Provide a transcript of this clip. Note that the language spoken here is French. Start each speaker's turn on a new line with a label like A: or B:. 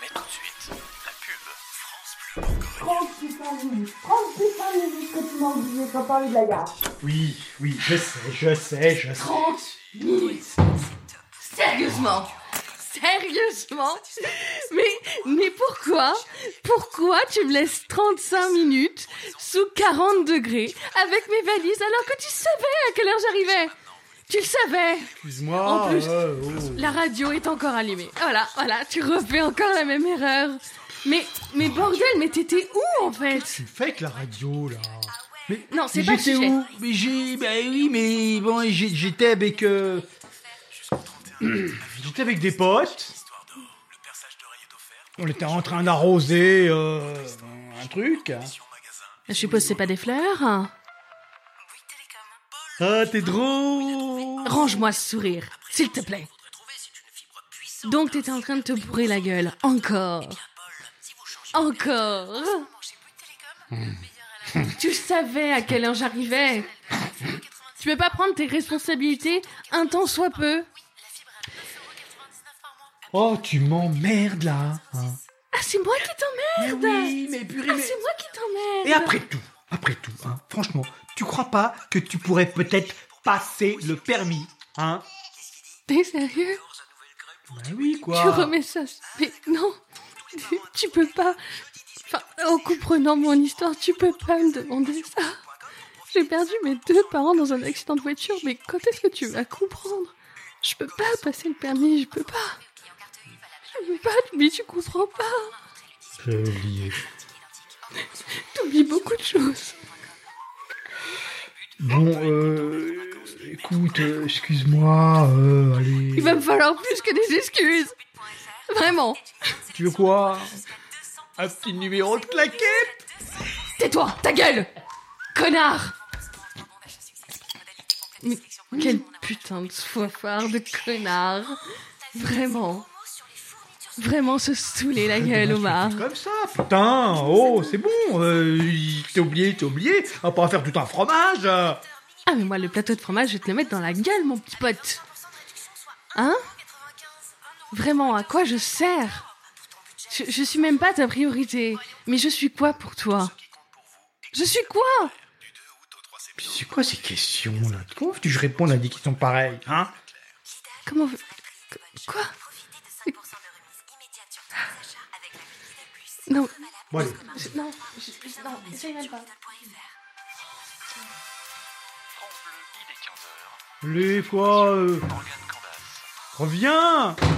A: Mais tout de suite, la pub France Bleu Bourgogne.
B: 30 putains de minutes, 30 putains de minutes que tu m'as oublié quand parler de la gare.
C: Oui, oui, je sais, je sais, je sais.
D: 30 minutes Sérieusement Sérieusement Mais, mais pourquoi Pourquoi tu me laisses 35 minutes sous 40 degrés avec mes valises alors que tu savais à quelle heure j'arrivais Tu le savais
C: Excuse-moi.
D: En plus-
C: euh, oh.
D: La radio est encore allumée. Voilà, voilà, tu refais encore la même erreur. Mais, mais bordel, mais t'étais où en fait
C: Tu fais avec la radio, là. Mais,
D: Non, c'est
C: mais
D: pas le
C: J'étais
D: sujet.
C: où Mais j'ai. Bah oui, mais bon, j'ai- j'étais avec. euh, j'étais avec des potes. On était en train d'arroser euh, un truc. hein.
D: Je suppose c'est pas des fleurs
C: Ah, t'es drôle.
D: Range-moi ce sourire, s'il te plaît. Donc t'étais en train de te bourrer la gueule, encore. Encore.
C: Hmm.
D: Tu savais à quelle heure j'arrivais. Tu peux pas prendre tes responsabilités un temps soit peu.
C: Oh, tu m'emmerdes là. hein.
D: Ah c'est moi qui
C: Mais
D: t'emmerde.
C: oui, mais purée,
D: Ah
C: mais-
D: c'est moi qui t'emmerde.
C: Et après tout, après tout, hein, franchement, tu crois pas que tu pourrais peut-être passer le permis, hein
D: T'es sérieux
C: Ben oui, quoi.
D: Tu remets ça Mais non. Tu peux pas. Enfin, en comprenant mon histoire, tu peux pas me demander ça. J'ai perdu mes deux parents dans un accident de voiture, mais quand est-ce que tu vas comprendre Je peux pas passer le permis, je peux pas. Je peux pas, mais tu comprends pas.
C: J'ai oublié.
D: T'oublies beaucoup de choses.
C: Bon, euh, écoute, euh, excuse-moi, euh, allez.
D: Il va me falloir plus que des excuses. Vraiment.
C: Tu veux quoi Un petit numéro de claquette
D: Tais-toi, ta gueule Connard Mais quel putain de soifard de connard Vraiment Vraiment se saouler la gueule, Omar
C: Comme ça, putain, oh, c'est bon, euh, il- t'es oublié, t'es oublié, on va pas faire tout un fromage euh.
D: Ah mais moi le plateau de fromage, je vais te le mettre dans la gueule, mon petit pote Hein Vraiment, à quoi je sers je, je suis même pas ta priorité, mais je suis quoi pour toi Je suis quoi
C: Puis c'est quoi ces questions, là Comment tu je réponds à des questions pareilles, hein
D: Comment... veux- Qu- Quoi Non,
C: Bon, allez.
D: Non, je- non, essaye même pas.
A: France Bleu, il est 15h.
C: Les fois, euh,
A: Morgane Candas.
C: reviens